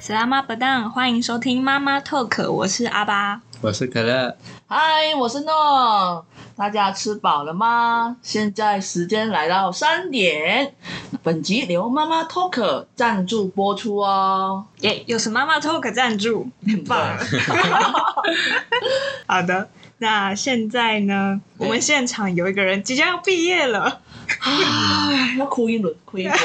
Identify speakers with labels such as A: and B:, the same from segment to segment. A: s l a m a b d a n 欢迎收听妈妈 Talk，我是阿巴。
B: 我是可乐，
C: 嗨，我是诺，大家吃饱了吗？现在时间来到三点，本集《刘妈妈 Talk》赞助播出哦。
A: 耶、又是妈妈 Talk 赞助，很棒。好的，那现在呢，我们现场有一个人即将要毕业了。
C: 唉，要哭一轮，哭一波，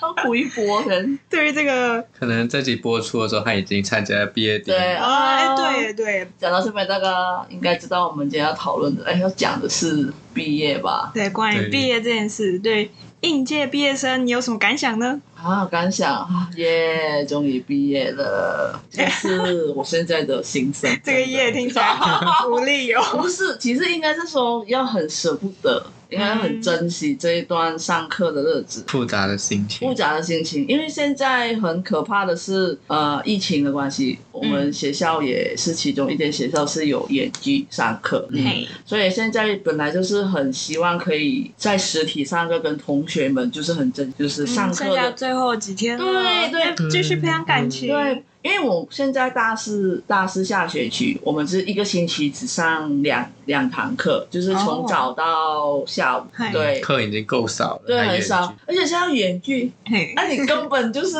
C: 要哭一波人。
A: 对于这个，
B: 可能这集播出的时候他已经参加了毕业典
C: 对
B: 礼，
C: 啊，
A: 啊，哎，对对
C: 讲到这边，大家应该知道我们今天要讨论的，哎，要讲的是毕业吧？
A: 对，关于
B: 对
A: 毕业这件事，对应届毕业生你有什么感想呢？
C: 啊，感想啊，耶，终于毕业了，这是我现在的心声。
A: 这个夜听起来好无力哦。
C: 不是，其实应该是说要很舍不得，应该很珍惜这一段上课的日子。
B: 复杂的心情
C: 复。杂的心情，因为现在很可怕的是，呃，疫情的关系，我们学校也是其中一间学校是有远距上课，
B: 嗯
A: 嘿，
C: 所以现在本来就是很希望可以在实体上就跟同学们就是很真，就是
A: 嗯
C: 上课
A: 剩下
C: 的
A: 最后几天了，
C: 对对嗯
A: 继续培养感情。
C: 对，因为我现在大四大四下学期，我们是一个星期只上两两堂课，就是
A: 哦
C: 从早到下午。
A: 嗨
C: 对
B: 课已经嗯够少了，
C: 对，
B: 还
C: 很
B: 远
C: 少，而且现在远距，
A: 嘿，
C: 那你根本就是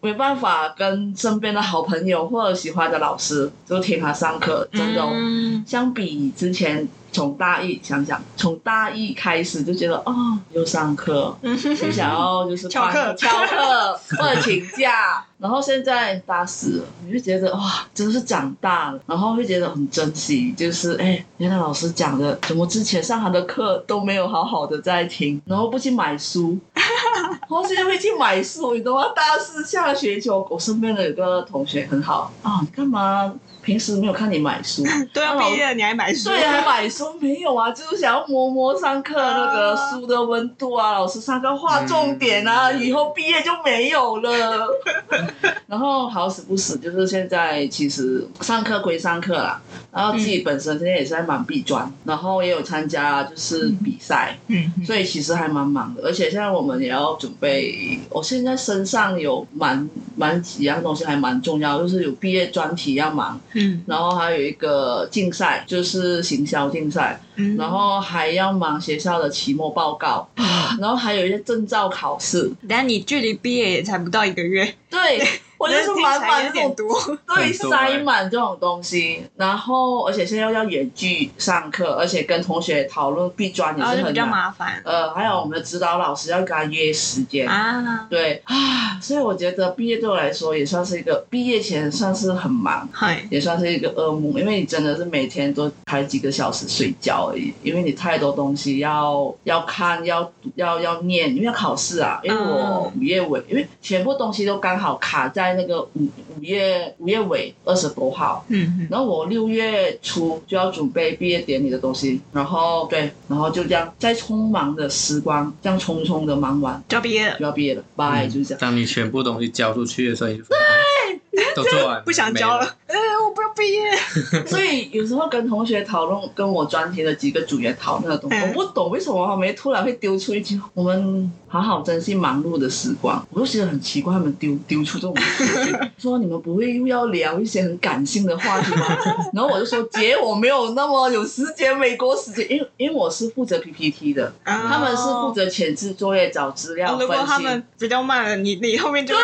C: 没办法跟身边的好朋友或者喜欢的老师就听他上课，真的哦。
A: 嗯
C: 相比之前从大一想想，从大一开始就觉得哦，又上课，就想要就是
A: 嗯翘课
C: 放翘课 或者请假，然后现在大四了，你就觉得哇，真的是长大了，然后会觉得很珍惜，就是哎，原来老师讲的，怎么之前上他的课都没有好好的在听，然后不去 买书。然后现在会去买书，你懂吗？大四下学期，我身边的有个同学很好啊，你干嘛平时没有看你买书？
A: 都要
C: 那老
A: 毕业了，你还买书？
C: 对啊，买书没有啊，就是想要摸摸上课那个
A: 啊
C: 书的温度啊，老师上课划重点啊，以后毕业就没有了。 然后好死不死，就是现在其实上课归上课啦，然后自己本身现在也是在忙毕专，然后也有参加就是比赛，
A: 嗯，嗯
C: 所以其实还蛮忙的，而且现在我们也要准备，我现在身上有蛮蛮几样东西还蛮重要，就是有毕业专题要忙，
A: 嗯
C: 然后还有一个竞赛，就是行销竞赛，
A: 嗯
C: 然后还要忙学校的期末报告，
A: 啊
C: 然后还有一些证照考试。
A: 但你距离毕业也才不到一个月，
C: 对，我就是哦满满
A: 有
C: 这
A: 点
C: 种
A: 多。
C: 对，
B: 很多
C: 塞满这种东西，然后而且现在又要远距上课，而且跟同学讨论必专也
A: 然后
C: 是
A: 啊就比
C: 很
A: 较
C: 难。
A: 麻烦
C: 呃，还有我们的指导老师要跟他约时间，
A: 啊。
C: 对啊，所以我觉得毕业对我来说也算是一个毕业前算是很忙，
A: 嗨，
C: 也算是一个噩梦，因为你真的是每天都排几个小时睡觉而已，因为你太多东西要要看、要读要要念，因为要考试啊。因为我五月尾，因为全部东西都刚好卡在那个五五月五月尾二十多号，
A: 嗯，嗯
C: 然后我六月初就要准备毕业典礼的东西，然后对，然后就这样在匆忙的时光，这样匆匆的忙完
A: 就要毕业了，
C: 就要毕业了，拜、哎
B: 嗯
C: 就是这样。
B: 当你全部东西交出去的时候，你就发现哎都做完 了，
A: 不想交
B: 没了。
A: 了。哎，我不要毕业。
C: 所以有时候跟同学讨论，跟我专题的几个组员讨论的东西，
A: 嗯
C: 我不懂为什么他们突然会丢出一句“我们好好珍惜忙碌的时光”，我就觉得很奇怪，他们丢丢出这种东西，说你们不会又要聊一些很感性的话题吗？ 然后我就说姐，我没有那么有时间，美国时间，因为因为我是负责 PPT 的，他
A: 他
C: 们是负。责前置作业、找资料、
A: 哦
C: 分
A: 啊如
C: 析。
A: 果他们比较慢了，你你后面就会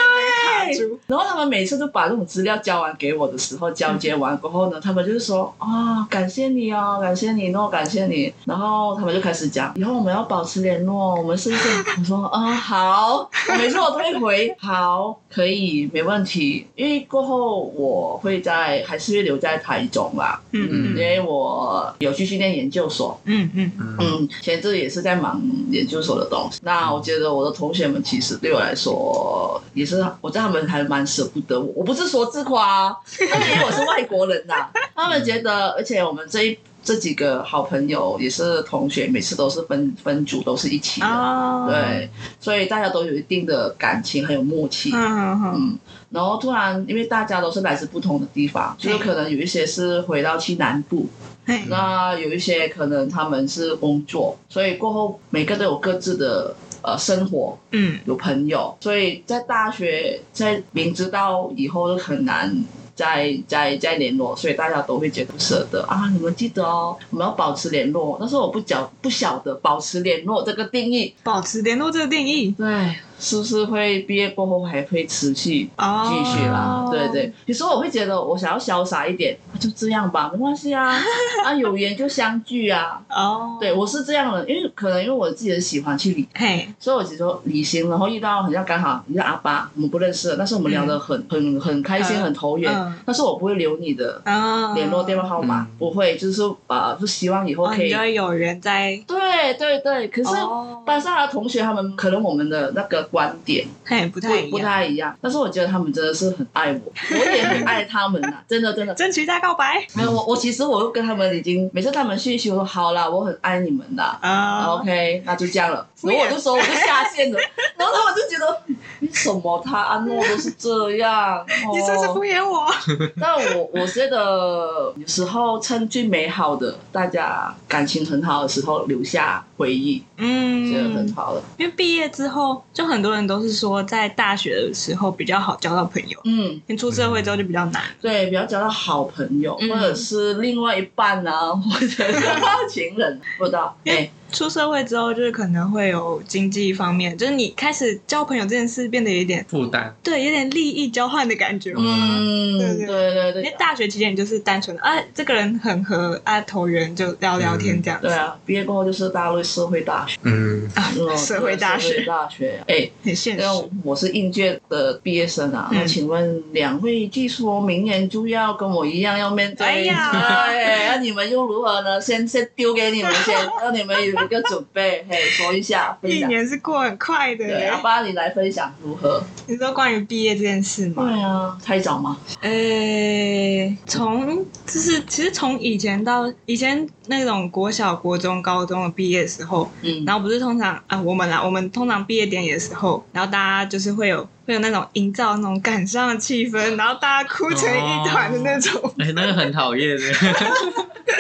A: 被卡住。
C: 然后他们每次都把这种资料交完给我的时候，交接完过后呢，他们就是说啊、感谢你哦，感谢你，诺，感谢你。然后他们就开始讲，以后我们要保持联络，我们是不是？我说啊、好，每次我都会回好，可以，没问题。因为过后我会在，还是会留在台中啦，因
A: 嗯嗯
C: 为我有去训练研究所，
A: 嗯嗯，
B: 嗯，
C: 嗯，前阵子也是在忙研究所的东西。那我觉得我的同学们其实对我来说也是，我在他们还蛮舍不得我。我不是说自夸、啊，但是因为我是外国 人呐、他们觉得，而且我们这一这几个好朋友也是同学，每次都是分分组，都是一起的，
A: 哦，
C: 对，所以大家都有一定的感情，很有默契。
A: 嗯嗯
C: 嗯，然后突然，因为大家都是来自不同的地方，就是可能有一些是回到去南部，
A: 嗯，
C: 那有一些可能他们是工作，所以过后每个都有各自的呃生活，
A: 嗯，
C: 有朋友，所以在大学在明知道以后就很难再再再联络，所以大家都会觉得不舍得啊。你们记得哦，我们要保持联络。但是我不晓不晓得保持联络这个定义，
A: 保持联络这个定义
C: 对，是不是会毕业过后还会持续
A: 哦，
C: 继续啦，
A: 哦
C: 对对。有时候我会觉得我想要潇洒一点，啊就这样吧，没关系啊，啊有缘就相聚啊。
A: 哦，
C: 对，我是这样的，因为可能因为我自己的喜欢去旅，
A: 嘿，
C: 所以我只说旅行，然后遇到好像刚好遇到阿巴，我们不认识了，但是我们聊得很、很很开心，
A: 嗯
C: 很投缘。
A: 嗯
C: 但是我不会留你的
A: 啊，
C: 联络电话号码，
B: 嗯
C: 不会，就是呃，就希望以后
A: 哦，
C: 可
A: 你
C: 以。
A: 就会有缘在，
C: 对对对，可是
A: 哦
C: 班上的同学他们可能我们的那个观点
A: 嘿，不
C: 不
A: 太一
C: 不
A: 样，
C: 太一样，但是我觉得他们真的是很爱我，我也很爱他们呐、真的真的。
A: 争取再告白
C: 没有我我其实我又跟他们已经每次他们去一起，我说好啦，我很爱你们啦。
A: 啊，
C: OK，那就这样了。
A: 敷
C: 然
A: 衍
C: 后我就说我就下 线了，然后他们就觉得为什么他安诺都是这样？
A: 你是不是
C: 哦
A: 敷衍 我？
C: 但我我觉得有时候趁最美好的，大家感情很好的时候留下回忆，觉得
A: 嗯
C: 很，好了。
A: 因为毕业之后，就很多人都是说，在大学的时候比较好交到朋友，
C: 嗯，
A: 你出社会之后就比较难。
C: 对，比较交到好朋友，
A: 嗯
C: 或者是另外一半啊，或者是情人，不知道。哎、
A: 出社会之后，就是可能会有经济方面，就是你开始交朋友这件事变得有点
B: 负担，
A: 对，有点利益交换的感觉。
C: 嗯，
A: 对对
C: 对对
A: 因为
C: 对。
A: 大学期间你就是单纯的啊，这个人很合啊，投缘就聊聊天这样子。
C: 对啊，毕业过后就是大陆社会大学，
B: 嗯，
C: 嗯，
A: 啊社会大学
C: 社会大学。哎、
A: 很现
C: 因
A: 实
C: 为。我是应届的毕业生啊，
A: 嗯
C: 那请问两位，据说明年就要跟我一样要面对，
A: 哎呀
C: 对那你们又如何呢？先先丢给你们 先，让你们有一个准备，嘿，说一下，分
A: 一
C: 享。
A: 年是过很快的
C: 对，阿
A: 耶，
C: 爸，你来分享如何？
A: 你说关于毕业这件事吗？
C: 对啊，太早吗？
A: 呃、从就是其实从以前到以前那种国小、国中、高中的毕业的时候，
C: 嗯，
A: 然后不是通常啊，我们啦，我们通常毕业典礼的时候，然后大家就是会有会有那种营造那种感伤的气氛，然后大家哭成一团的那种。
C: 哦
B: 哎，那个很讨厌的，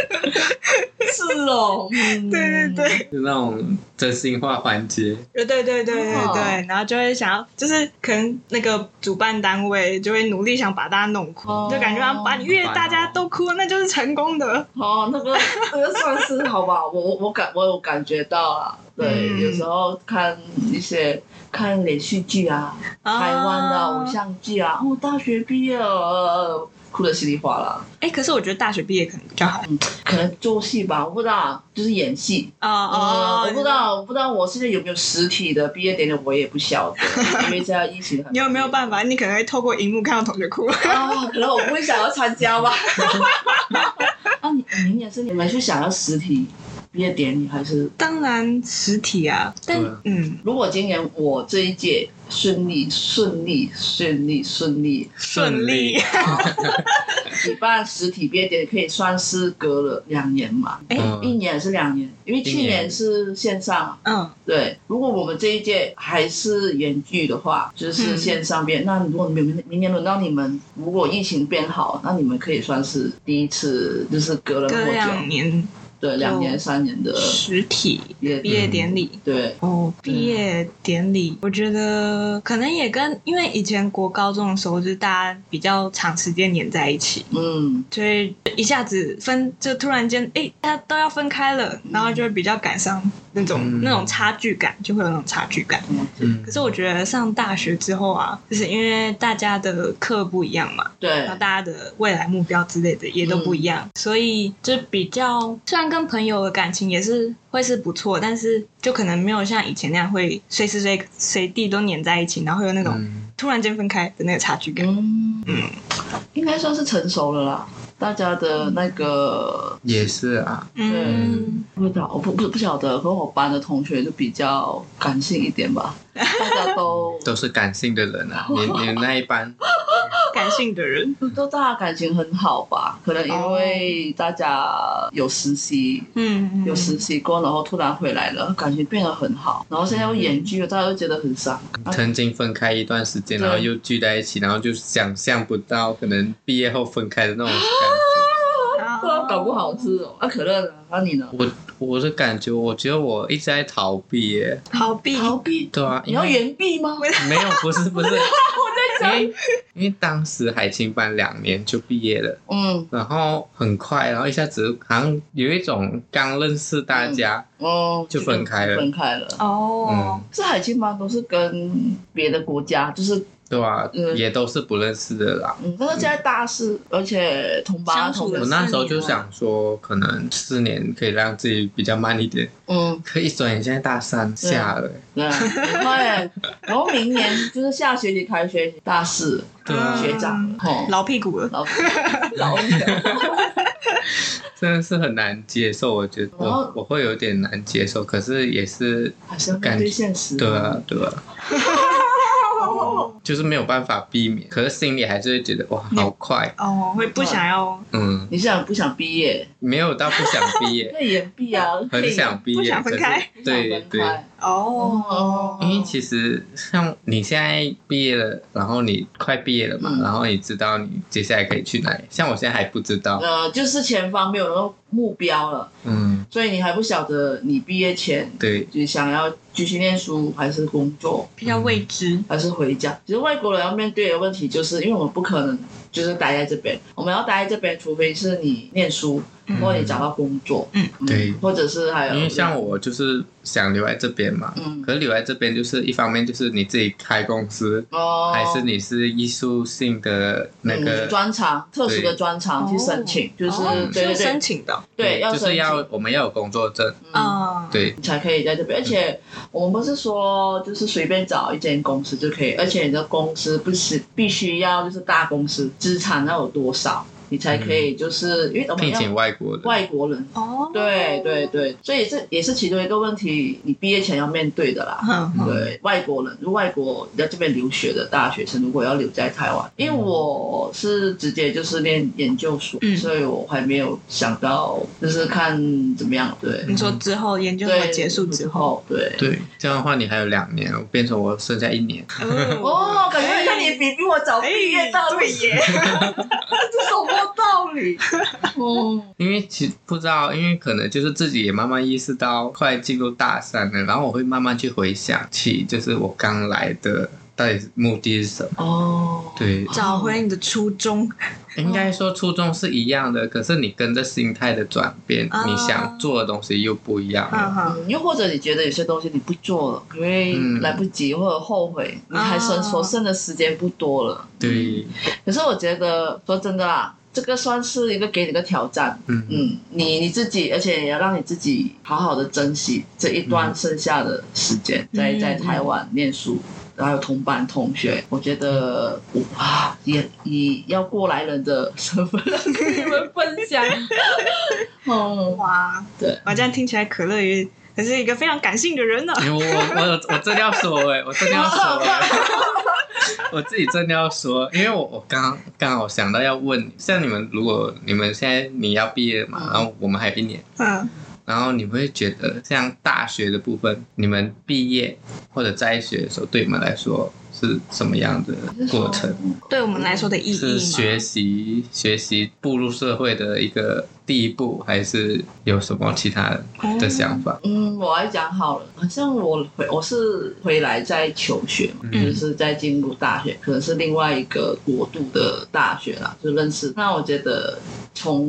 C: 是哦，嗯
A: 对对对，
B: 就那种真心话环节，
A: 对对对对对对，
C: 哦
A: 然后就会想要，就是可能那个主办单位就会努力想把大家弄哭，
C: 哦
A: 就感觉好像把你越大家都哭，那就是成功的。
C: 哦，那个那个算是好吧， 我我我感我有感觉到了，对，
A: 嗯
C: 有时候看一些看连续剧啊，台湾的偶
A: 啊。
C: 像剧啊，哦，大学毕业了，哭得稀里哗啦。
A: 哎、可是我觉得大学毕业可能比较好。
C: 可能做戏吧，我不知道，就是演戏。
A: 哦
C: 呃
A: 哦，
C: 我不知。道，我不知道我现在有没有实体的毕业典礼，我也不晓 得，因为现在疫情很。
A: 你有没有办法？你可能会透过荧幕看到同学哭。
C: 啊？可能我不会想要参加吧。啊，你你明年是你们是想要实体毕业典礼还是？
A: 当然实体啊，但
B: 对啊
A: 嗯，
C: 如果今年我这一届顺利顺利顺利顺利
A: 顺利。
C: 举办实体毕业典礼，可以算是隔了两年嘛？
A: 哎
C: 一
B: 嗯，
C: 年是两年，因为去
B: 一
C: 年
B: 年
C: 是线上。
A: 嗯，
C: 对，如果我们这一届还是远距的话，就是
A: 嗯
C: 线上变。那如果明明年轮到你们，如果疫情变好，那你们可以算是第一次，就是隔了
A: 隔
C: 多
A: 两
C: 久？
A: 年
C: 对，两年、三年的
A: 实体
C: 毕业
A: 毕
C: 典礼。
A: 业典
B: 嗯
A: 礼。
C: 对，
A: 哦，毕业典礼，我觉得可能也跟因为以前国高中的时候，就是大家比较长时间黏在一起，
C: 嗯，
A: 所以一下子分，就突然间，哎，大家都要分开了，然后就会比较赶上那种、
B: 嗯
A: 那种差距感，就会有那种差距感。
B: 嗯
A: 哎可是我觉得上大学之后啊，就是因为大家的课不一样嘛，
C: 对嗯
A: 然后，大家的未来目标之类的也都不一样，所以就比较虽然跟朋友的感情也是会是不错，但是就可能没有像以前那样会随时随随地都黏在一起，然后会有那种
B: 嗯
A: 突然间分开的那个差距感。
C: 嗯，应该算是成熟了啦。大家的那个
B: 也是啊，
A: 嗯，
C: 不知道，我不不不晓得，可能我班的同学就比较感性一点吧，大家都
B: 都是感性的人 啊，你你们那一班，
A: 感性的人，
C: 都大家感情很好吧？可能因为大家有实习，
A: 嗯，
C: 有实习过，然后突然回来了，感情变得很好。然后现在又远距了，大家都觉得很伤。啊
B: 曾经分开一段时间，
C: 对
B: 然后又聚在一起，然后就想象不到可能毕业后分开的那种感觉。
A: 啊
C: 怎么我搞不好我吃哦。那可乐呢？那你呢？
B: 我我的感觉，我觉得我一直在逃避耶。
A: 逃避
C: 逃避？
B: 对啊，
C: 你
B: 因
C: 要
B: 为
C: 原币吗？
B: 没有，不是不是，
C: 我
B: 因为因为当时海青班两年就毕业了，
C: 嗯
B: 然后很快，然后一下子好像有一种刚认识大家，
C: 哦，
B: 就分开了
C: 分开了。
A: 哦
B: 嗯，
C: 是海青班都是跟别的国家，就是
B: 对啊，
C: 嗯
B: 也都是不认识的啦。
C: 嗯，但是现在大四，而且同班
A: 相处
C: 同
A: 的
B: 我
A: 四
B: 那时候
A: 年
B: 就
A: 了
B: 想说，可能四年可以让自己比较慢一点，
C: 嗯，
B: 可一转眼现在大三
C: 对啊
B: 下了耶，
C: 对，很快欸。然后明年就是下学期开学，大四
B: 对啊，
C: 学长，吼，
A: 老屁股了。
C: 老老
B: 真的是很难接受，我觉得
C: 然后
B: 我我会有点难接受，可是也是
C: 还是要面对现实。
B: 对啊，对啊，
C: 哦
B: 就是没有办法避免，可是心里还是会觉得哇，好快，
A: 哦，会不想要，
B: 嗯，
C: 你想不想毕业？
B: 没有到不想毕业，
C: 可以延毕啊，可
B: 很
C: 以
B: 想毕
A: 不
B: 业，
A: 想分
B: 可是
A: 开
C: 不想
B: 对
C: 分
B: 对，
C: 开。
A: 哦
C: 哦，
B: 因为其实像你现在毕业了，然后你快毕业了嘛，
C: 嗯
B: 然后你知道你接下来可以去哪里，像我现在还不知道，
C: 呃，就是前方没有那个目标了，
B: 嗯，
C: 所以你还不晓得你毕业前
B: 对，
C: 就想要继续念书还是工作。
A: 比较未知，
C: 还是回家。其实外国人要面对的问题，就是因为我们不可能就是待在这边，我们要待在这边，除非是你念书，
A: 嗯
C: 或者你找到工作，
A: 嗯
B: 对
C: 或者是还有
B: 因为像，我就是想留在这边嘛，
C: 嗯，
B: 可是留在这边就是一方面就是你自己开公司，
C: 哦，
B: 还是你是艺术性的那
C: 嗯、
B: 个，
C: 专长，特殊的
B: 对
C: 专长去申请，就是、
A: 哦
C: 对对
A: 是申
C: 对
A: 请的，
C: 对，要
B: 就
C: 申
B: 是
C: 请，
B: 要我们要有工作证，
C: 嗯。
A: 嗯，，
B: 对，
C: 才可以在这边，而且我们不是说就是随便找一间公司就可以，而且你的公司不是必须要就是大公司，资产要有多少，你才可以就是、因为我们
B: 聘
C: 要
B: 请外国人，
C: 外国人
A: 哦，
C: 对对，对，所以这也是其中一个问题，你毕业前要面对的啦。
A: 嗯，
B: 嗯
C: 对外国人，如果外国在这边留学的大学生，如果要留在台湾，
A: 嗯
C: 因为我是直接就是念研究所，
A: 嗯
C: 所以我还没有想到，就是看怎么样。对，
A: 你说之后研究所
C: 对，
A: 结束之后，，
C: 对。
B: 对，这样的话你还有两年，变成我剩下一年，
A: 嗯
C: 哦，感觉看你比比我早
A: 哎
C: 毕业到，
A: 对耶，
C: 这什么 道理？嗯，
B: 因为其不知道，因为可能就是自己也慢慢意识到快进入大三了，然后我会慢慢去回想起，就是我刚来的到底目的是什么。
C: 哦，
B: 对，
A: 找回你的初衷，
B: 应该说初衷是一样的，可是你跟着心态的转变，
A: 啊
B: 你想做的东西又不一样
A: 嗯
B: 了。
A: 哼，
C: 嗯，又或者你觉得有些东西你不做了，因为
B: 嗯
C: 来不及或者后悔，你还剩
A: 啊
C: 所剩的时间不多了。
B: 对，
C: 可是我觉得说真的啊，这个算是一个给你个挑战。
B: 嗯，
C: 嗯，你你自己，而且也要让你自己好好的珍惜这一
B: 嗯
C: 段剩下的时间，
A: 嗯
C: 在
A: 嗯
C: 在台湾念书。然后有同班同学，我觉得哇，也以要过来人的身份跟你们分享， 嗯，
A: 哇，
C: 对，
A: 哇，这样听起来可乐也也是一个非常感性的人呢，
B: 因为我我我我真的要说哎、我真的要说哎、我自己真的要说，因为我我刚刚好想到要问你，像你们如果你们现在你要毕业了嘛，
C: 嗯
B: 然后我们还有一年。
A: 嗯，
B: 然后你会觉得，像大学的部分，你们毕业或者在学的时候，对你们来说是什么样的过程？
A: 对我们来说的意
B: 是
A: 义嘛，
B: 学习学习步入社会的一个第一步，还是有什么其他的想法？
C: 嗯，我来讲好了，好像我回我是回来在求学嘛，
B: 嗯
C: 就是在进入大学，可能是另外一个国度的大学啦，就认识。那我觉得从，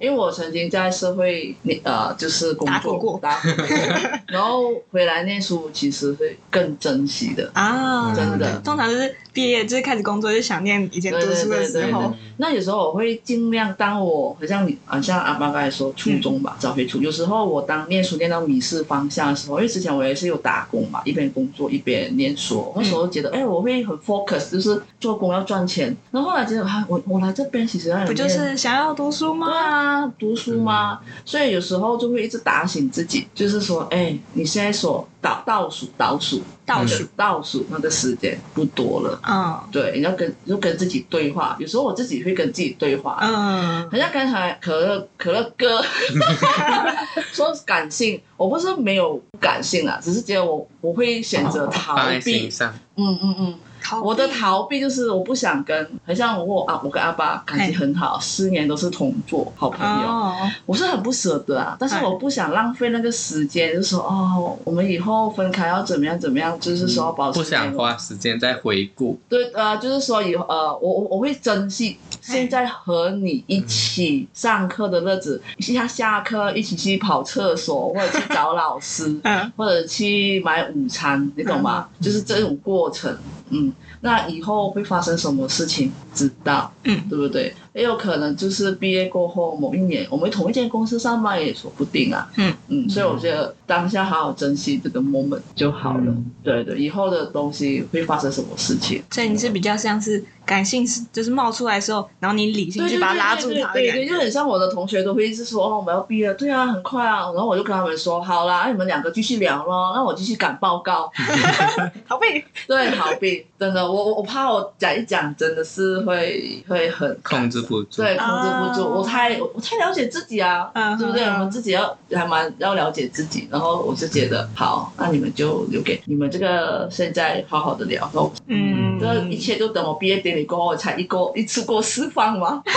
C: 因为我曾经在社会呃就是工
A: 打
C: 作
A: 滚过
C: 打滚过 然后回来念书其实会更珍惜的。
A: 啊，
C: 真的
A: 通常就是毕业就是开始工作，就想念以前读书的时
C: 对
A: 候，
C: 那有时候我会尽量，当我好像你，好像阿爸刚才说初中吧，找回初。有时候我当念书念到迷失方向的时候，因为之前我也是有打工嘛，一边工作一边念书，那时候觉得，哎、我会很 focus，就是做工要赚钱。然后后来觉得，啊，我我来这边其实要有
A: 不就
C: 念
A: 是想要读书
C: 对
A: 吗？
C: 啊，读书嘛，所以有时候就会一直打醒自己，就是说，哎、你现在所倒倒数倒数
A: 倒
B: 嗯
A: 数，
C: 倒数那个时间不多了。
A: 嗯
C: 对，你要跟你就跟自己对话。有时候我自己会跟自己对话，
A: 嗯
C: 好像刚才可 乐可乐哥 说感性，我不是没有不感性啊，只是觉得我我会选择逃
B: 哦放在心
C: 避，
B: 上，
C: 嗯嗯嗯，
A: 逃避
C: 我的逃避就是我不想跟，很像我啊，我跟阿爸感情很
B: 哎
C: 好，四年都是同做好朋友，
A: 哦，，
C: 我是很不舍得啊，但是我不想浪费那个时间，就说哦，我们以后分开要怎么样怎么样，就是说保
B: 嗯
C: 持
B: 不想
C: 联络
B: 花时间再回顾，
C: 对，呃，就是说以后呃，我我我会珍惜现在和你一起上课的日子，下下课一起去跑厕所，或者去找老师
A: 嗯，
C: 或者去买午餐，你懂吗？就是这种过程，嗯，那以后会发生什么事情，知道，
A: 嗯
C: 对不对？也有可能就是毕业过后某一年，我们同一间公司上班也说不定啊，
A: 嗯
C: 嗯，所以我觉得当下好好珍惜这个 moment 就好了，
B: 嗯
C: 对对，以后的东西会发生什么事情。
A: 所以你是比较像是感性，是就是冒出来的时候，然后你理性去把它拉住它的
C: 对对对对
A: 感
C: 对，就
A: 觉。
C: 很像我的同学都会一直说哦，我们要毕业了，对啊，很快啊。然后我就跟他们说，好啦，那你们两个继续聊咯，那我继续赶报 告。
A: 逃避，
C: 对，逃避，真的，我我我怕我讲一讲，真的是会会很
B: 控制不住。
C: 对，控制不住，
A: 啊
C: 我太我太了解自己啊，
A: 嗯
C: 对不对？
A: 嗯嗯
C: 我们自己要还蛮要了解自己，然后我就觉得好，那你们就留给你们这个现在好好的聊，然后
A: 嗯，
C: 这一切就等我毕业典礼过后我才一过一次过释 放吗？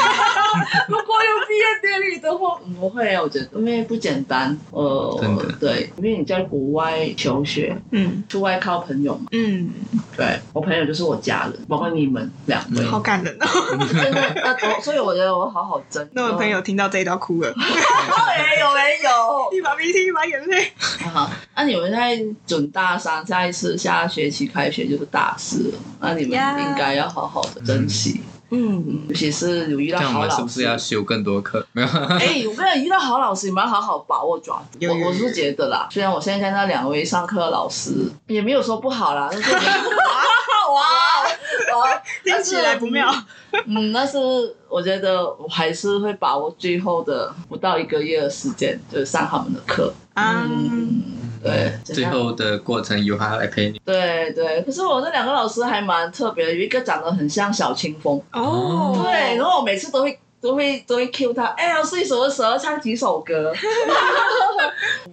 C: 如果有毕业典礼的话，嗯不会啊，我觉得因为不简单，呃
B: 真的，
C: 对，因为你在国外求学，
A: 嗯
C: 出外靠朋友嘛，
A: 嗯，
C: 对我朋友就是我家人，包括你们两
B: 嗯
C: 位，
A: 好感 人哦。
C: 真的，那我所以我觉得我好好珍惜。
A: 那我朋友听到这一段哭 了，
C: 对，有没有？
A: 一把鼻涕一把眼泪。
C: 好，那你们在准大三，下一次下学期开学就是大四了，那你们
A: 呀
C: 应该要好好的珍惜，
A: 嗯，
C: 尤其是有遇到
B: 这样我
C: 好
B: 们是
C: 老
B: 不
C: 师
B: 是。要修更多课？没有，
C: 哎、我跟你讲遇到好老师，你们要好好把握抓住。
A: 有有
C: 我我
A: 有
C: 是觉得啦，虽然我现在在那两位上课的老师也没有说不好啦，但是哇哇，
A: 听起来不妙。
C: 嗯，但是我觉得我还是会把握最后的不到一个月的时间，就是上他们的课。
A: 啊，
C: 嗯， 对，
B: 最后的过程由他来陪你。
C: 对对。可是我那两个老师还蛮特别的，有一个长得很像小清风，
A: 哦，
C: 对，然后我每次都会。都会都会 Q 他，哎，老师你什么时候唱几首歌？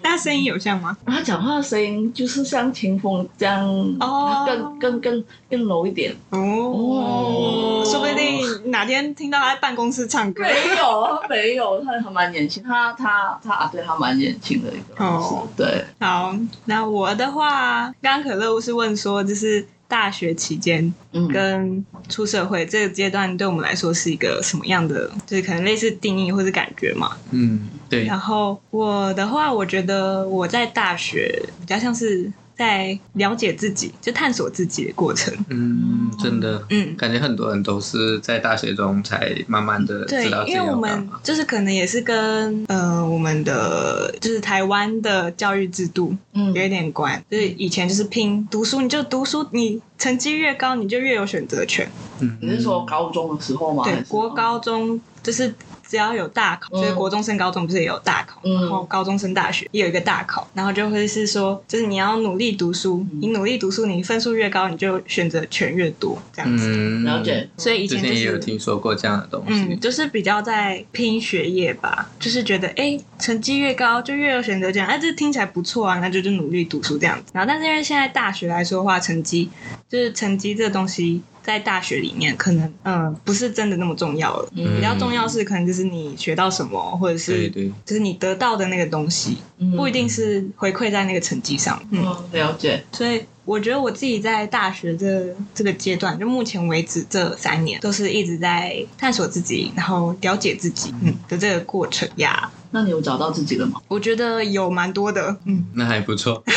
A: 那声音有像吗？
C: 然后他讲话的声音就是像清风这样，
A: 哦
C: 更更更更柔一点。
A: 哦，说不定哪天听到他在办公室唱歌。
C: 没有，啊 没有，他还蛮年轻，他他他啊，对他蛮年轻的一个老师，
A: 哦
C: 对，
A: 好，那我的话，刚刚可乐是问说，就是大学期间
C: 嗯，
A: 跟出社会这个阶段，对我们来说是一个什么样的，就是可能类似定义或是感觉嘛。
B: 嗯，对，
A: 然后我的话，我觉得我在大学比较像是在了解自己，就探索自己的过程。
B: 嗯，真的。
A: 嗯，
B: 感觉很多人都是在大学中才慢慢的
A: 对
B: 知道，自己
A: 因为我
B: 要干
A: 们
B: 嘛。
A: 就是可能也是跟呃我们的就是台湾的教育制度
C: 嗯
A: 有一点关，就是以前就是拼读书，你就读书，你成绩越高，你就越有选择权。
B: 嗯
C: 你是说高中的时候吗？还
A: 对，
C: 是
A: 国，高中就是只要有大考，
C: 嗯
A: 就是国中升高中不是也有大考，
C: 嗯
A: 然后高中升大学也有一个大考，然后就会是说，就是你要努力读书，
C: 嗯
A: 你努力读书，你分数越高，你就选择权越多这样子。
B: 嗯，
C: 了解。
A: 所以以
B: 之
A: 前就
B: 前也有
A: 是。
B: 听说过这样的东
A: 嗯，
B: 西。
A: 就是比较在拼学业吧，就是觉得哎、诶成绩越高就越有选择权，哎、这听起来不错啊，那就就努力读书这样子。然后，但是因为现在大学来说的话，成绩就是成绩这东西，在大学里面可能嗯、呃不是真的那么重要了。
C: 嗯
A: 比较重要是可能就是你学到什么，或者
B: 对
A: 是
B: 对，
A: 就是你得到的那个东西，
C: 嗯
A: 不一定是回馈在那个成绩上。嗯，
C: 嗯，了解，
A: 所以我觉得我自己在大学这这个阶段，就目前为止这三年，都是一直在探索自己，然后了解自己，嗯的这个过程呀。
C: 那你有找到自己了吗？
A: 我觉得有蛮多的，嗯
B: 那还不错。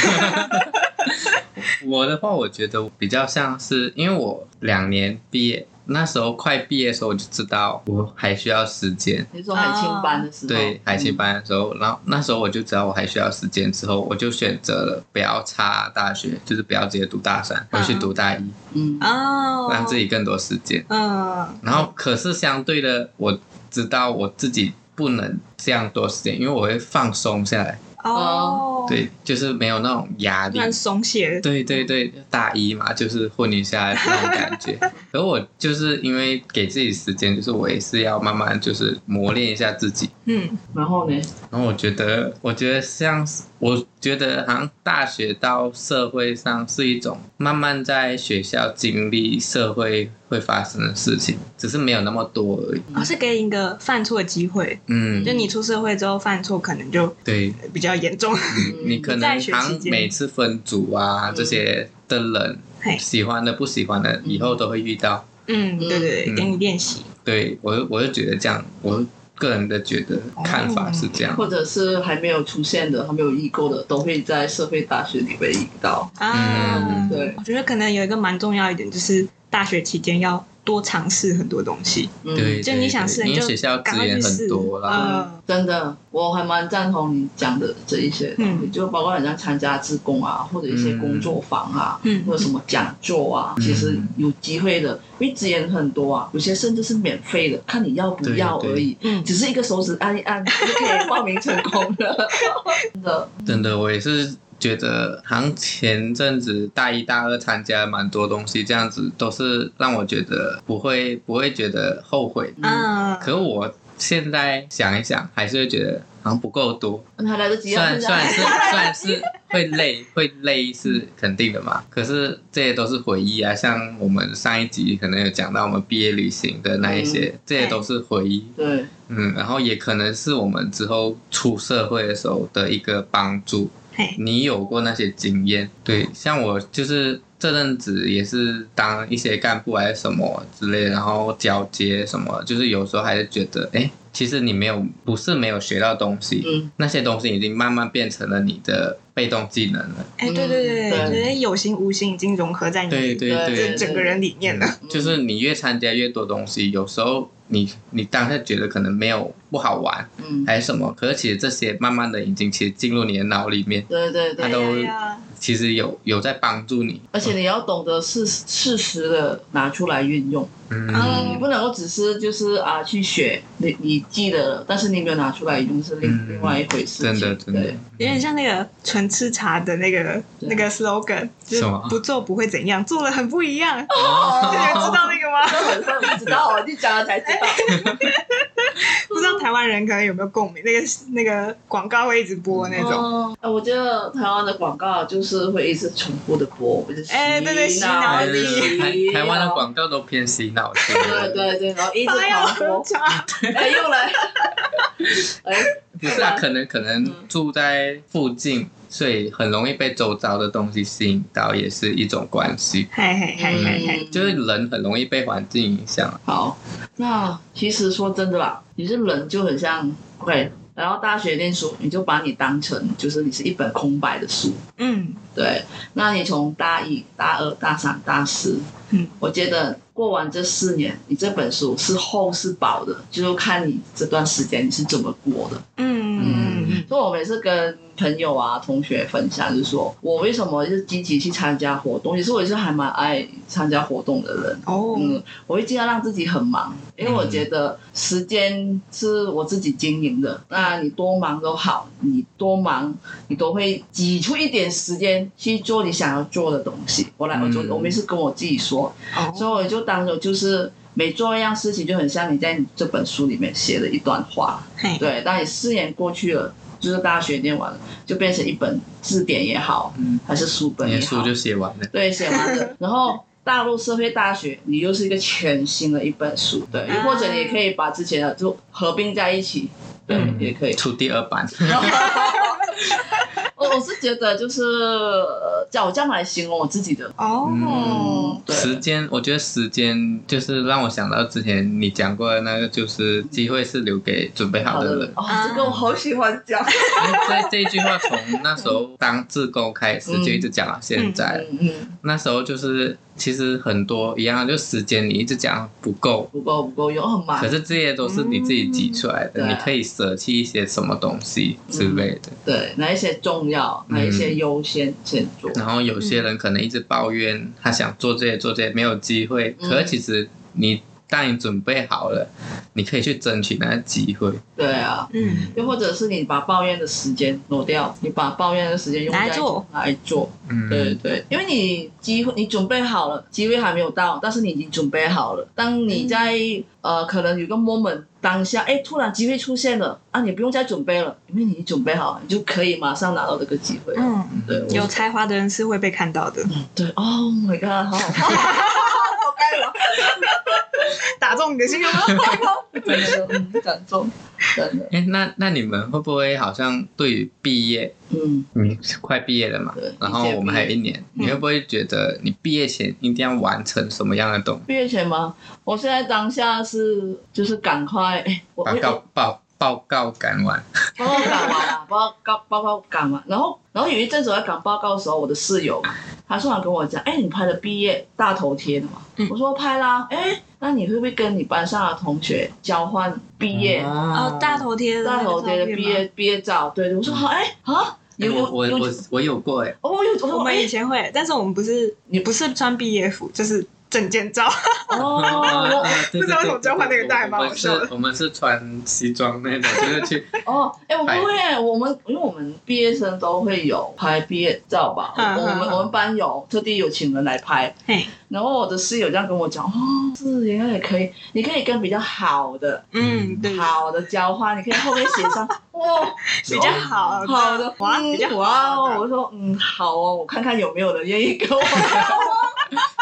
B: 我的话，我觉得比较像是，因为我两年毕业，那时候快毕业的时候，我就知道我还需要时间。
C: 你是哦嗯说海清班的时候，
B: 对海青班的时候，然后那时候我就知道我还需要时间，之后我就选择了不要插大学，就是不要直接读大三，我去读大一，
C: 嗯，嗯，
A: 哦，
B: 让自己更多时间。
A: 嗯
B: 然后可是相对的，我知道我自己不能这样多时间，因为我会放松下来，
A: 哦，，
B: 对，就是没有那种压力，
A: 蛮松懈的，
B: 对对对，大一嘛，就是混一下那种 感觉。可我就是因为给自己时间，就是我也是要慢慢就是磨练一下自己。
A: 嗯
C: 然后呢？
B: 然后我觉得，我觉得像是我觉得好像大学到社会上是一种慢慢在学校经历社会会发生的事情，只是没有那么多而已。
A: 哦，是给你一个犯错的机会，
B: 嗯
A: 就，你出社会之后犯错可能就
B: 对，
A: 比较严重。
B: 你可能
A: 嗯在学
B: 好
A: 期
B: 像
A: 间
B: 每次分组啊
C: 嗯
B: 这些的人，
A: 嘿，
B: 喜欢的不喜欢的，以后都会遇到。
A: 嗯，对对对，
B: 嗯
A: 给你练习。
B: 对我就，我就觉得这样，我个人的觉得
A: 哦
B: 看法是这样。
C: 或者是还没有出现的、还没有遇过的，都会在社会大学里面遇到。
A: 啊，
B: 嗯
C: 对
A: 我觉得可能有一个蛮重要一点，就是大学期间要多尝试很多东西。
C: 嗯、
B: 对，
A: 就
B: 对
A: 你想
B: 对
A: 试你
B: 因为
A: 就
B: 学校资
A: 赶快
B: 源
A: 去
B: 很
A: 试
B: 多啦，
A: 呃
C: 真的，我还蛮赞同你讲的这一些东西，
A: 嗯
C: 就包括好像参加志工啊，或者一些工作坊啊，
A: 嗯
C: 或者什么讲座啊，
B: 嗯
C: 其实有机会的，因为资源很多啊，有些甚至是免费的，看你要不要
B: 对对
C: 而已。
A: 嗯，
C: 只是一个手指按一按就可以报名成功了，真的。
A: 嗯
B: 真的，我也是觉得，好像前阵子大一、大二参加蛮多东西，这样子都是让我觉得不会不会觉得后悔。
C: 嗯，
A: 啊，
B: 可我现在想一想，还是会觉得好像不够多。
C: 还来得及
B: 虽
C: 啊！
B: 然
C: 现
B: 虽然
C: 在
B: 是虽然是会累会累是肯定的嘛，可是这些都是回忆啊。像我们上一集可能有讲到我们毕业旅行的那一些，这些都是回忆。
C: 对，
B: 嗯，然后也可能是我们之后出社会的时候的一个帮助。
A: 嘿，
B: 你有过那些经验？对，像我就是这阵子也是当一些干部还是什么之类，然后交接什么，就是有时候还是觉得，哎，其实你没有不是没有学到东西，
C: 嗯，
B: 那些东西已经慢慢变成了你的被动技能了。
A: 哎，对对对，
C: 嗯
A: 对觉得有形无形已经融合在
B: 对
A: 你
B: 对
C: 对
A: 这
B: 对，
A: 整个人里面了。
C: 啊
B: 嗯就是你越参加越多东西，有时候你你当下觉得可能没有不好玩
C: 嗯，
B: 还是什么，可是其实这些慢慢的已经其实进入你的脑里面，
C: 对对对
B: 他
A: 哎，
B: 都
A: 呀呀，
B: 其实有有在帮助你。
C: 而且你要懂得适适时的拿出来运用，
A: 嗯
C: 你不能够只是就是啊去学，你你记得了，但是你没有拿出来用是另、
B: 嗯
C: 另外一回事情。
B: 真的真的
C: 对，，
A: 有点像那个纯吃茶的那个
C: 对
A: 那个 slogan，就是
B: 什么
A: 不做不会怎样，做了很不一样。
B: 哦
A: 你们知道那个吗？
C: 这 很像你知道哦，你讲了才 知道。
A: 不知道台湾人可能有没有共鸣？那个那个广告会一直播那种。
C: 哦，啊我觉得台湾的广告就是会一直重复的播，就是洗
A: 哎对对洗
C: 脑
A: 脑
B: 对对对
C: 你。
B: 台台湾的广告都偏洗脑型
C: 对
B: 的，
C: 对对，然后一直
A: 他要
C: 重
A: 喝
C: 播，
A: 茶，
C: 哎又来， 哎
B: 不是啊，可能可能住在附近，所以很容易被周遭的东西吸引到，也是一种关系。
A: 嘿嘿嘿嘿嘿，
C: 嗯
B: 就是人很容易被环境影响。
C: 好，那其实说真的啦，你是人就很像 OK，然后大学念书，你就把你当成就是你是一本空白的书，
A: 嗯，
C: 对。那你从大一、大二、大三、大四，
A: 嗯，
C: 我觉得过完这四年，你这本书是厚是薄的，就是看你这段时间你是怎么过的。
A: 嗯嗯
C: 所以我每次跟朋友啊、同学分享，就是说我为什么就是积极去参加活动，其实我也是还蛮爱参加活动的人。
A: 哦，
C: 嗯，我会尽量让自己很忙，因为我
B: 嗯
C: 觉得时间是我自己经营的。那你多忙都好，你多忙你都会挤出一点时间去做你想要做的东西。我来，我就
B: 嗯
C: 我每次跟我自己说，所
A: 哦，
C: 以我就当着就是每做一样事情，就很像你在你这本书里面写的一段话。
A: 嘿，
C: 对，当你四年过去了。就是大学念完了，就变成一本字典也好，
B: 嗯，
C: 还是书本
B: 你
C: 也
B: 的
C: 好，
B: 书就写完了。
C: 对，写完 了。然后大陆社会大学，你又是一个全新的一本书，对，
A: 啊
C: 或者你可以把之前的就合并在一起，对，
B: 嗯
C: 也可以。
B: 出第二版，
C: 我我是觉得就是呃，叫我这样来形容我自己的，
A: 哦
C: 嗯，，对，
B: 时间，我觉得时间就是让我想到之前你讲过的那个，就是机会是留给准备好
C: 好
B: 的
C: 的
B: 人。
C: 哦，
A: 啊
C: 这个我好喜欢讲，
B: 哎这这一句话从那时候当志工开始就一直讲到现在。
C: 嗯嗯，
B: 那时候就是其实很多一样，就时间你一直讲不够，
C: 不够不够用，很
B: 可
C: 忙，
B: 是这些都是你自己挤出来的，
C: 啊嗯
B: 你可以舍弃一些什么东西之类的。
C: 对，哪一些重要，哪一些优先先做，
B: 然后有
C: 嗯
B: 些人可能一直抱怨他想做这些做这些没有机会，
C: 嗯
B: 可是其实你当你准备好了，你可以去争取那个机会。
C: 对啊，
A: 嗯，
C: 又或者是你把抱怨的时间挪掉，你把抱怨的时间用
A: 拿来
C: 在
A: 做
C: 拿来做，
B: 嗯，
C: 对对，因为你机会你准备好了，机会还没有到，但是你已经准备好了。当你在、
B: 嗯
C: 呃可能有个 moment 当下，哎，突然机会出现了啊，你不用再准备了，因为你已经准备好了，你就可以马上拿到这个机会了。
A: 嗯，
C: 对，我
A: 有才华的人是会被看到的，
C: 对，Oh my god，好好看，好该 我。
A: 打中你的心了。
C: 真的，嗯，感动，真的，
B: 哎，那那你们会不会好像对于毕业，
C: 嗯，
B: 你快毕业了嘛
C: 对？嗯
B: 然后我们还有一年，
A: 毕业
B: 你会不会觉得你毕业前一定要完成什么样的东西？
C: 毕业前吗？我现在当下是就是赶快，哎，我
B: 报
C: 我
B: 告报报告赶完，
C: 报告赶完了，报告报告赶完，然后然后有一阵子我在赶报告的时候，我的室友他突然跟我讲，哎，你拍的毕业大头贴了吗？
A: 嗯
C: 我说拍啦，哎，那你会不会跟你班上的同学交换毕业、
A: 哦，大头贴的那
C: 大
A: 个
C: 头贴
A: 照
C: 的
A: 片
C: 毕
A: 吗，
C: 业毕业照？对，我说好，哎啊，有
B: 诶
C: 有
B: 我我
C: 有
B: 我我有过哎，
C: 哦，有
A: 我
C: 我
A: 们
C: 哎
A: 以前会，但是我们不是，你不是穿毕业服，就是证件照。
C: 哦
B: 啊对对对
A: 不知道为什么交换那个带蛮
B: 我
A: 好
B: 们
A: 笑的
B: 是，我们是穿西装那种，就是去
C: 哦，哎、我
B: 拍
C: 不会，我们因为我们毕业生都会有拍毕业照吧，
A: 嗯
C: 我们
A: 嗯
C: 我们班有特地有请人来拍，
A: 嘿，
C: 然后我的室友这样跟我讲，哦，是原来也可以，你可以跟比较好的
A: 嗯，对，
C: 好的交换，你可以后面写 上哇
A: 比较
B: 哦
A: 好
C: 好的
A: 哇，
C: 嗯
A: 比较
C: 哇
A: 好
C: 哦，
A: 的。
C: 我说嗯好哦，我看看有没有人愿意跟我交换，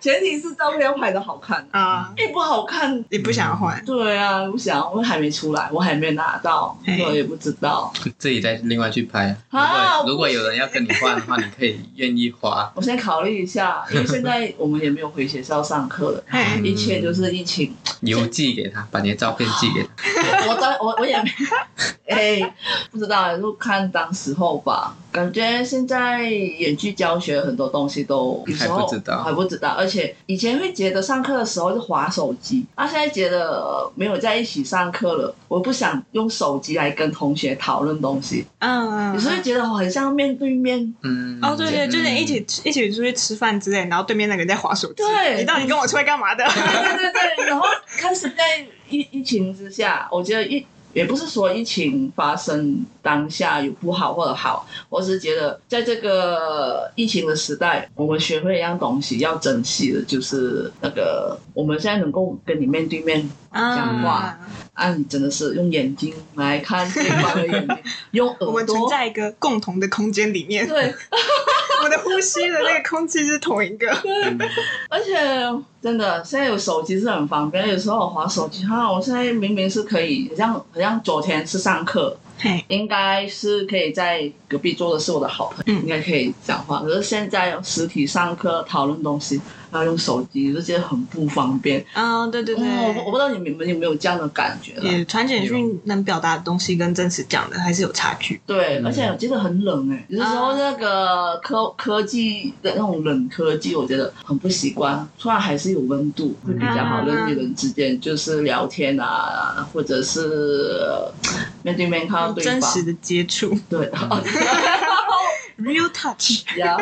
C: 前提是照片要拍的好看，
A: 啊，
C: 哎、不好看。
A: 你不想换？
C: 对啊，我想我还没出来，我还没拿到，
A: 哎
C: 我也不知道。
B: 自己再另外去拍。如
C: 啊
B: 果
C: 不
B: 如果有人要跟你换的话，你可以愿意花。
C: 我先考虑一下，因为现在我们也没有回学校上课了，
A: 嘿，
C: 一切就是疫情。
B: 邮寄给他，把你的照片寄给他。
C: 我当我我也没， 哎、不知道，就看当时候吧。感觉现在远距教学很多东西都有时候
B: 还不知道
C: 还不知道，而且以前会觉得上课的时候就划手机，啊，现在觉得呃没有在一起上课了，我不想用手机来跟同学讨论东西，
A: 嗯，
C: 有时候会觉得好像面对面
B: 嗯，
A: 哦，对对，就是一起一起出去吃饭之类，然后对面那个人在划手机，
C: 对
A: 你到底跟我出来干嘛的？
C: 对对对，然后开始在疫疫情之下，我觉得疫也不是说疫情发生当下有不好或者好，我只是觉得在这个疫情的时代，我们学会一样东西要珍惜的，就是那个我们现在能够跟你面对面，
A: 嗯
C: 讲话啊，你真的是用眼睛来看对方的眼睛，用
A: 我
C: 耳
A: 们存
C: 朵。
A: 在一个共同的空间里面，
C: 对，
A: 我们的呼吸的那个空气是同 一个。
B: 嗯。
C: 而且真的，现在有手机是很方便。有时候我滑手机，哈、我现在明明是可以，很像很像昨天是上课，
A: 嘿，
C: 应该是可以在隔壁桌的是我的好朋
A: 嗯
C: 友，应该可以讲话。可是现在实体上课讨论东西，然后用手机，就觉得很不方便。
A: 嗯，对对
C: 嗯，我不我
A: 对。
C: 不知道你们有没有有没有这样的感觉啊了。
A: 也传简讯能表达的东西跟真实讲的还是有差距。
C: 对，
B: 嗯
C: 而且我觉得很冷哎、
A: 嗯
C: 有的时候那个科科技的那种冷科技，我觉得很不习惯。突然还是有温度，会比较好
A: 嗯
C: 人与人之间就是聊天啊，或者是呃面对面看到对
A: 哦真
C: 方
A: 实。的接触
C: 对，
A: ，real touch
C: 呀，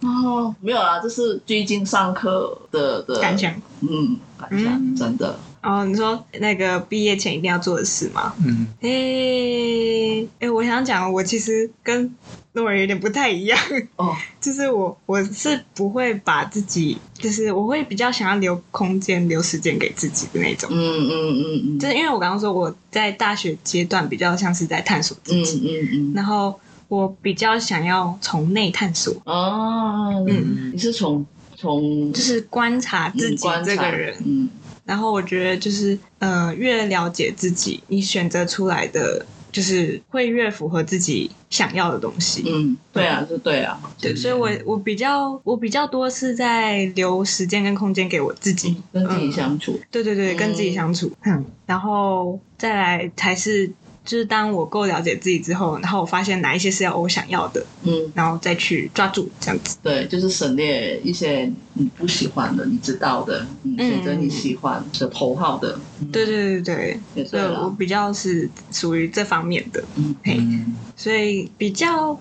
C: 然后没有啦，这是最近上课的的
A: 感，想。
C: 嗯，感想
A: 嗯
C: 真的，
A: 哦，你说那个毕业前一定要做的事吗？
B: 嗯，
A: 诶、诶、我想讲，我其实跟诺尔有点不太一样，
C: 哦，
A: 就是我我是不会把自己，就是我会比较想要留空间、留时间给自己的那种。
C: 嗯嗯嗯嗯，
A: 就是因为我刚刚说我在大学阶段比较像是在探索自
C: 嗯
A: 己，
C: 嗯嗯，
A: 然后我比较想要从内探索，
C: 哦，
A: 嗯
C: 你是从从
A: 就是观察
C: 嗯
A: 自己
C: 观察
A: 这个人。
C: 嗯
A: 然后我觉得就是呃，越了解自己，你选择出来的就是会越符合自己想要的东西。
C: 嗯，对啊，是对啊，
A: 对，所以我我比较我比较多是在留时间跟空间给我自己。
C: 嗯跟自己相处，
A: 对对对，
C: 嗯
A: 跟自己相处，嗯，然后再来才是就是当我够了解自己之后，然后我发现哪一些是要我想要的，
C: 嗯，
A: 然后再去抓住这样子。
C: 对，就是省略一些你不喜欢的，你知道的，嗯，选择你喜欢的头号的，嗯
A: 对，对对对
C: 也
A: 对，所
C: 对啊
A: 以我
C: 了，
A: 比较是属于这方面的，
C: 嗯
A: 嘿，
B: 嗯
A: 所以比较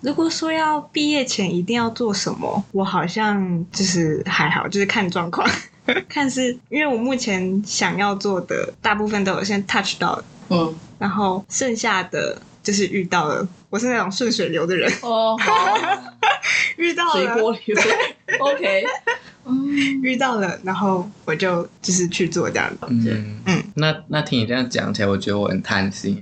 A: 如果说要毕业前一定要做什么，我好像就是还好，就是看状况。 看是因为我目前想要做的大部分都有先 touch 到了，
C: 嗯，
A: 然后剩下的就是遇到了。我是那种顺水流的人，
C: 哦，好，
A: 遇到
C: 水
A: 了，
C: 波流，OK，嗯，
A: 遇到了，然后我就就是去做这样子。
B: 嗯
A: 嗯
B: 那那听你这样讲起来，我觉得我很 贪心，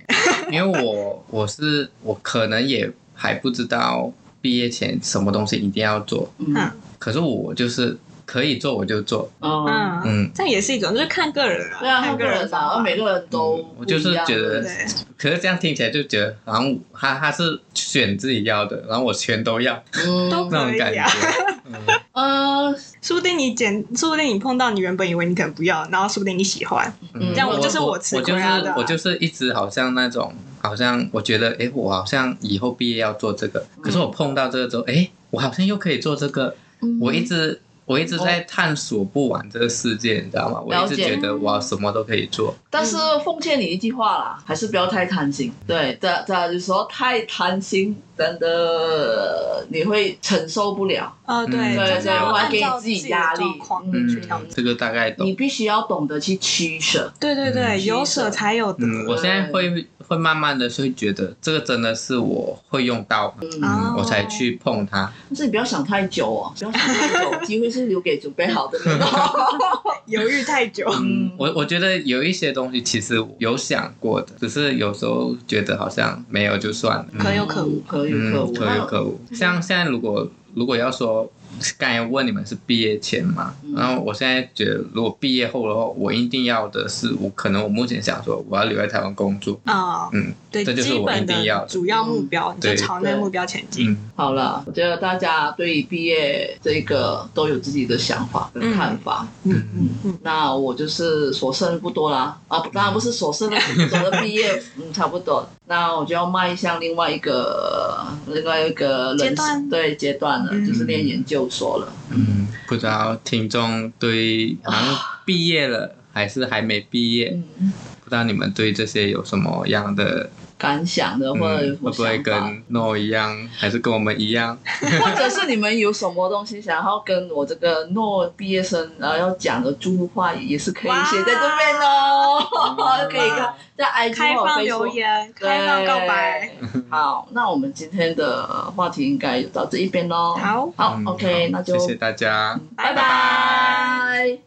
B: 因为我我是我可能也还不知道毕业前什么东西一定要做，
C: 嗯，
B: 可是我就是可以做我就做，
C: 哦，
A: 嗯，
B: 嗯，
A: 这样也是一种，就是看个人啊，
C: 对啊，
A: 看
C: 看个人
A: 方
C: 吧，
A: 法
C: 每个人都
B: 嗯我就是
C: 不一样
B: 觉得
A: 对，
B: 可是这样听起来就觉得好像我他他是选自己要的，然后我全都要
A: 都
C: 嗯，
B: 那种感
A: 可以
B: 觉
A: 啊，
B: 嗯，
C: 呃，
A: 说不定你捡，说不定你碰到你原本以为你可能不要，然后说不定你喜欢。
C: 嗯
B: 嗯
C: 这样
B: 我
A: 我就是
B: 我
A: 我吃
B: 我就
A: 亏
B: 是
A: 啊对啊
B: 我就是一直好像那种，好像我觉得，哎，我好像以后毕业要做这个，可是我碰到这个之后，哎，我好像又可以做这个，
C: 嗯
B: 我一直。我一直在探索不完这个世界，你知道吗？我
C: 哦了
B: 一直
C: 解
B: 觉得我什么都可以做。
C: 但是奉劝你一句话啦，还是不要太贪心。对，啊这这有时候太贪心，真的你会承受不了。
A: 哦，
B: 嗯
A: 对，
C: 对，
A: 就是
C: 这样
A: 要
C: 的话
A: 按
C: 给
A: 照
C: 自己
A: 的
C: 压力
A: 状，况
C: 嗯
A: 去调整。
B: 这个大概
C: 你
B: 懂。
C: 必须要懂得去取舍。
A: 对对对，
B: 嗯
A: 有舍才有得
B: 嗯，我现在会会慢慢的会觉得，这个真的是我会用到，
C: 嗯，
A: 哦
B: 嗯，我才去碰它。
C: 但是你不要想太久哦，不要想太久，机会是留给准备好的人 哦。
A: 犹豫太久。
B: 嗯，我我觉得有一些东西其实有想过的，只是有时候觉得好像没有就算了。嗯
A: 可有可无，
C: 可有
B: 嗯
C: 可无，
B: 可有可无。像现在如果如果要说，刚才问你们是毕业前嘛，
C: 嗯
B: 然后我现在觉得如果毕业后的话，我一定要的是，我可能我目前想说我要留在台湾工作。
A: 啊，
B: 嗯
A: 对，
B: 这就是
A: 基
B: 我
A: 本
B: 一定要
A: 的
B: 的
A: 主要目标，你就
B: 对
A: 朝那个目标前进。
B: 嗯
C: 好了，我觉得大家对于毕业这个都有自己的想法跟看法。
B: 嗯
C: 那我就是所剩不多啦，啊，
A: 嗯
C: 不当然不是所剩的，走的毕业，嗯，差不多。那我就要迈向另外一个另外一个人
A: 阶段
C: 对阶段了，
A: 嗯
C: 就是念研究所了。
B: 嗯，不知道听众对好像毕业了还是还没毕业，
C: 嗯，
B: 不知道你们对这些有什么样的，
C: 感想的或者有
B: 嗯、
C: 什
B: 会
C: 么
B: 不
C: 想法，
B: 会跟 No 一样，还是跟我们一样？
C: 或者是你们有什么东西想要跟我这个诺毕业生呃要讲的祝福话，也是可以
A: 哇
C: 写在这边哦， 可以看在 IG
A: 嗯开
C: 或者
A: 放
C: Facebook
A: 留言，开放告白。
C: 对。 好，那我们今天的话题应该就到这一边喽。，
A: 好，
C: 好
B: 嗯
C: ，OK，那就
B: 谢谢大家。
C: 拜
A: 拜
C: 拜。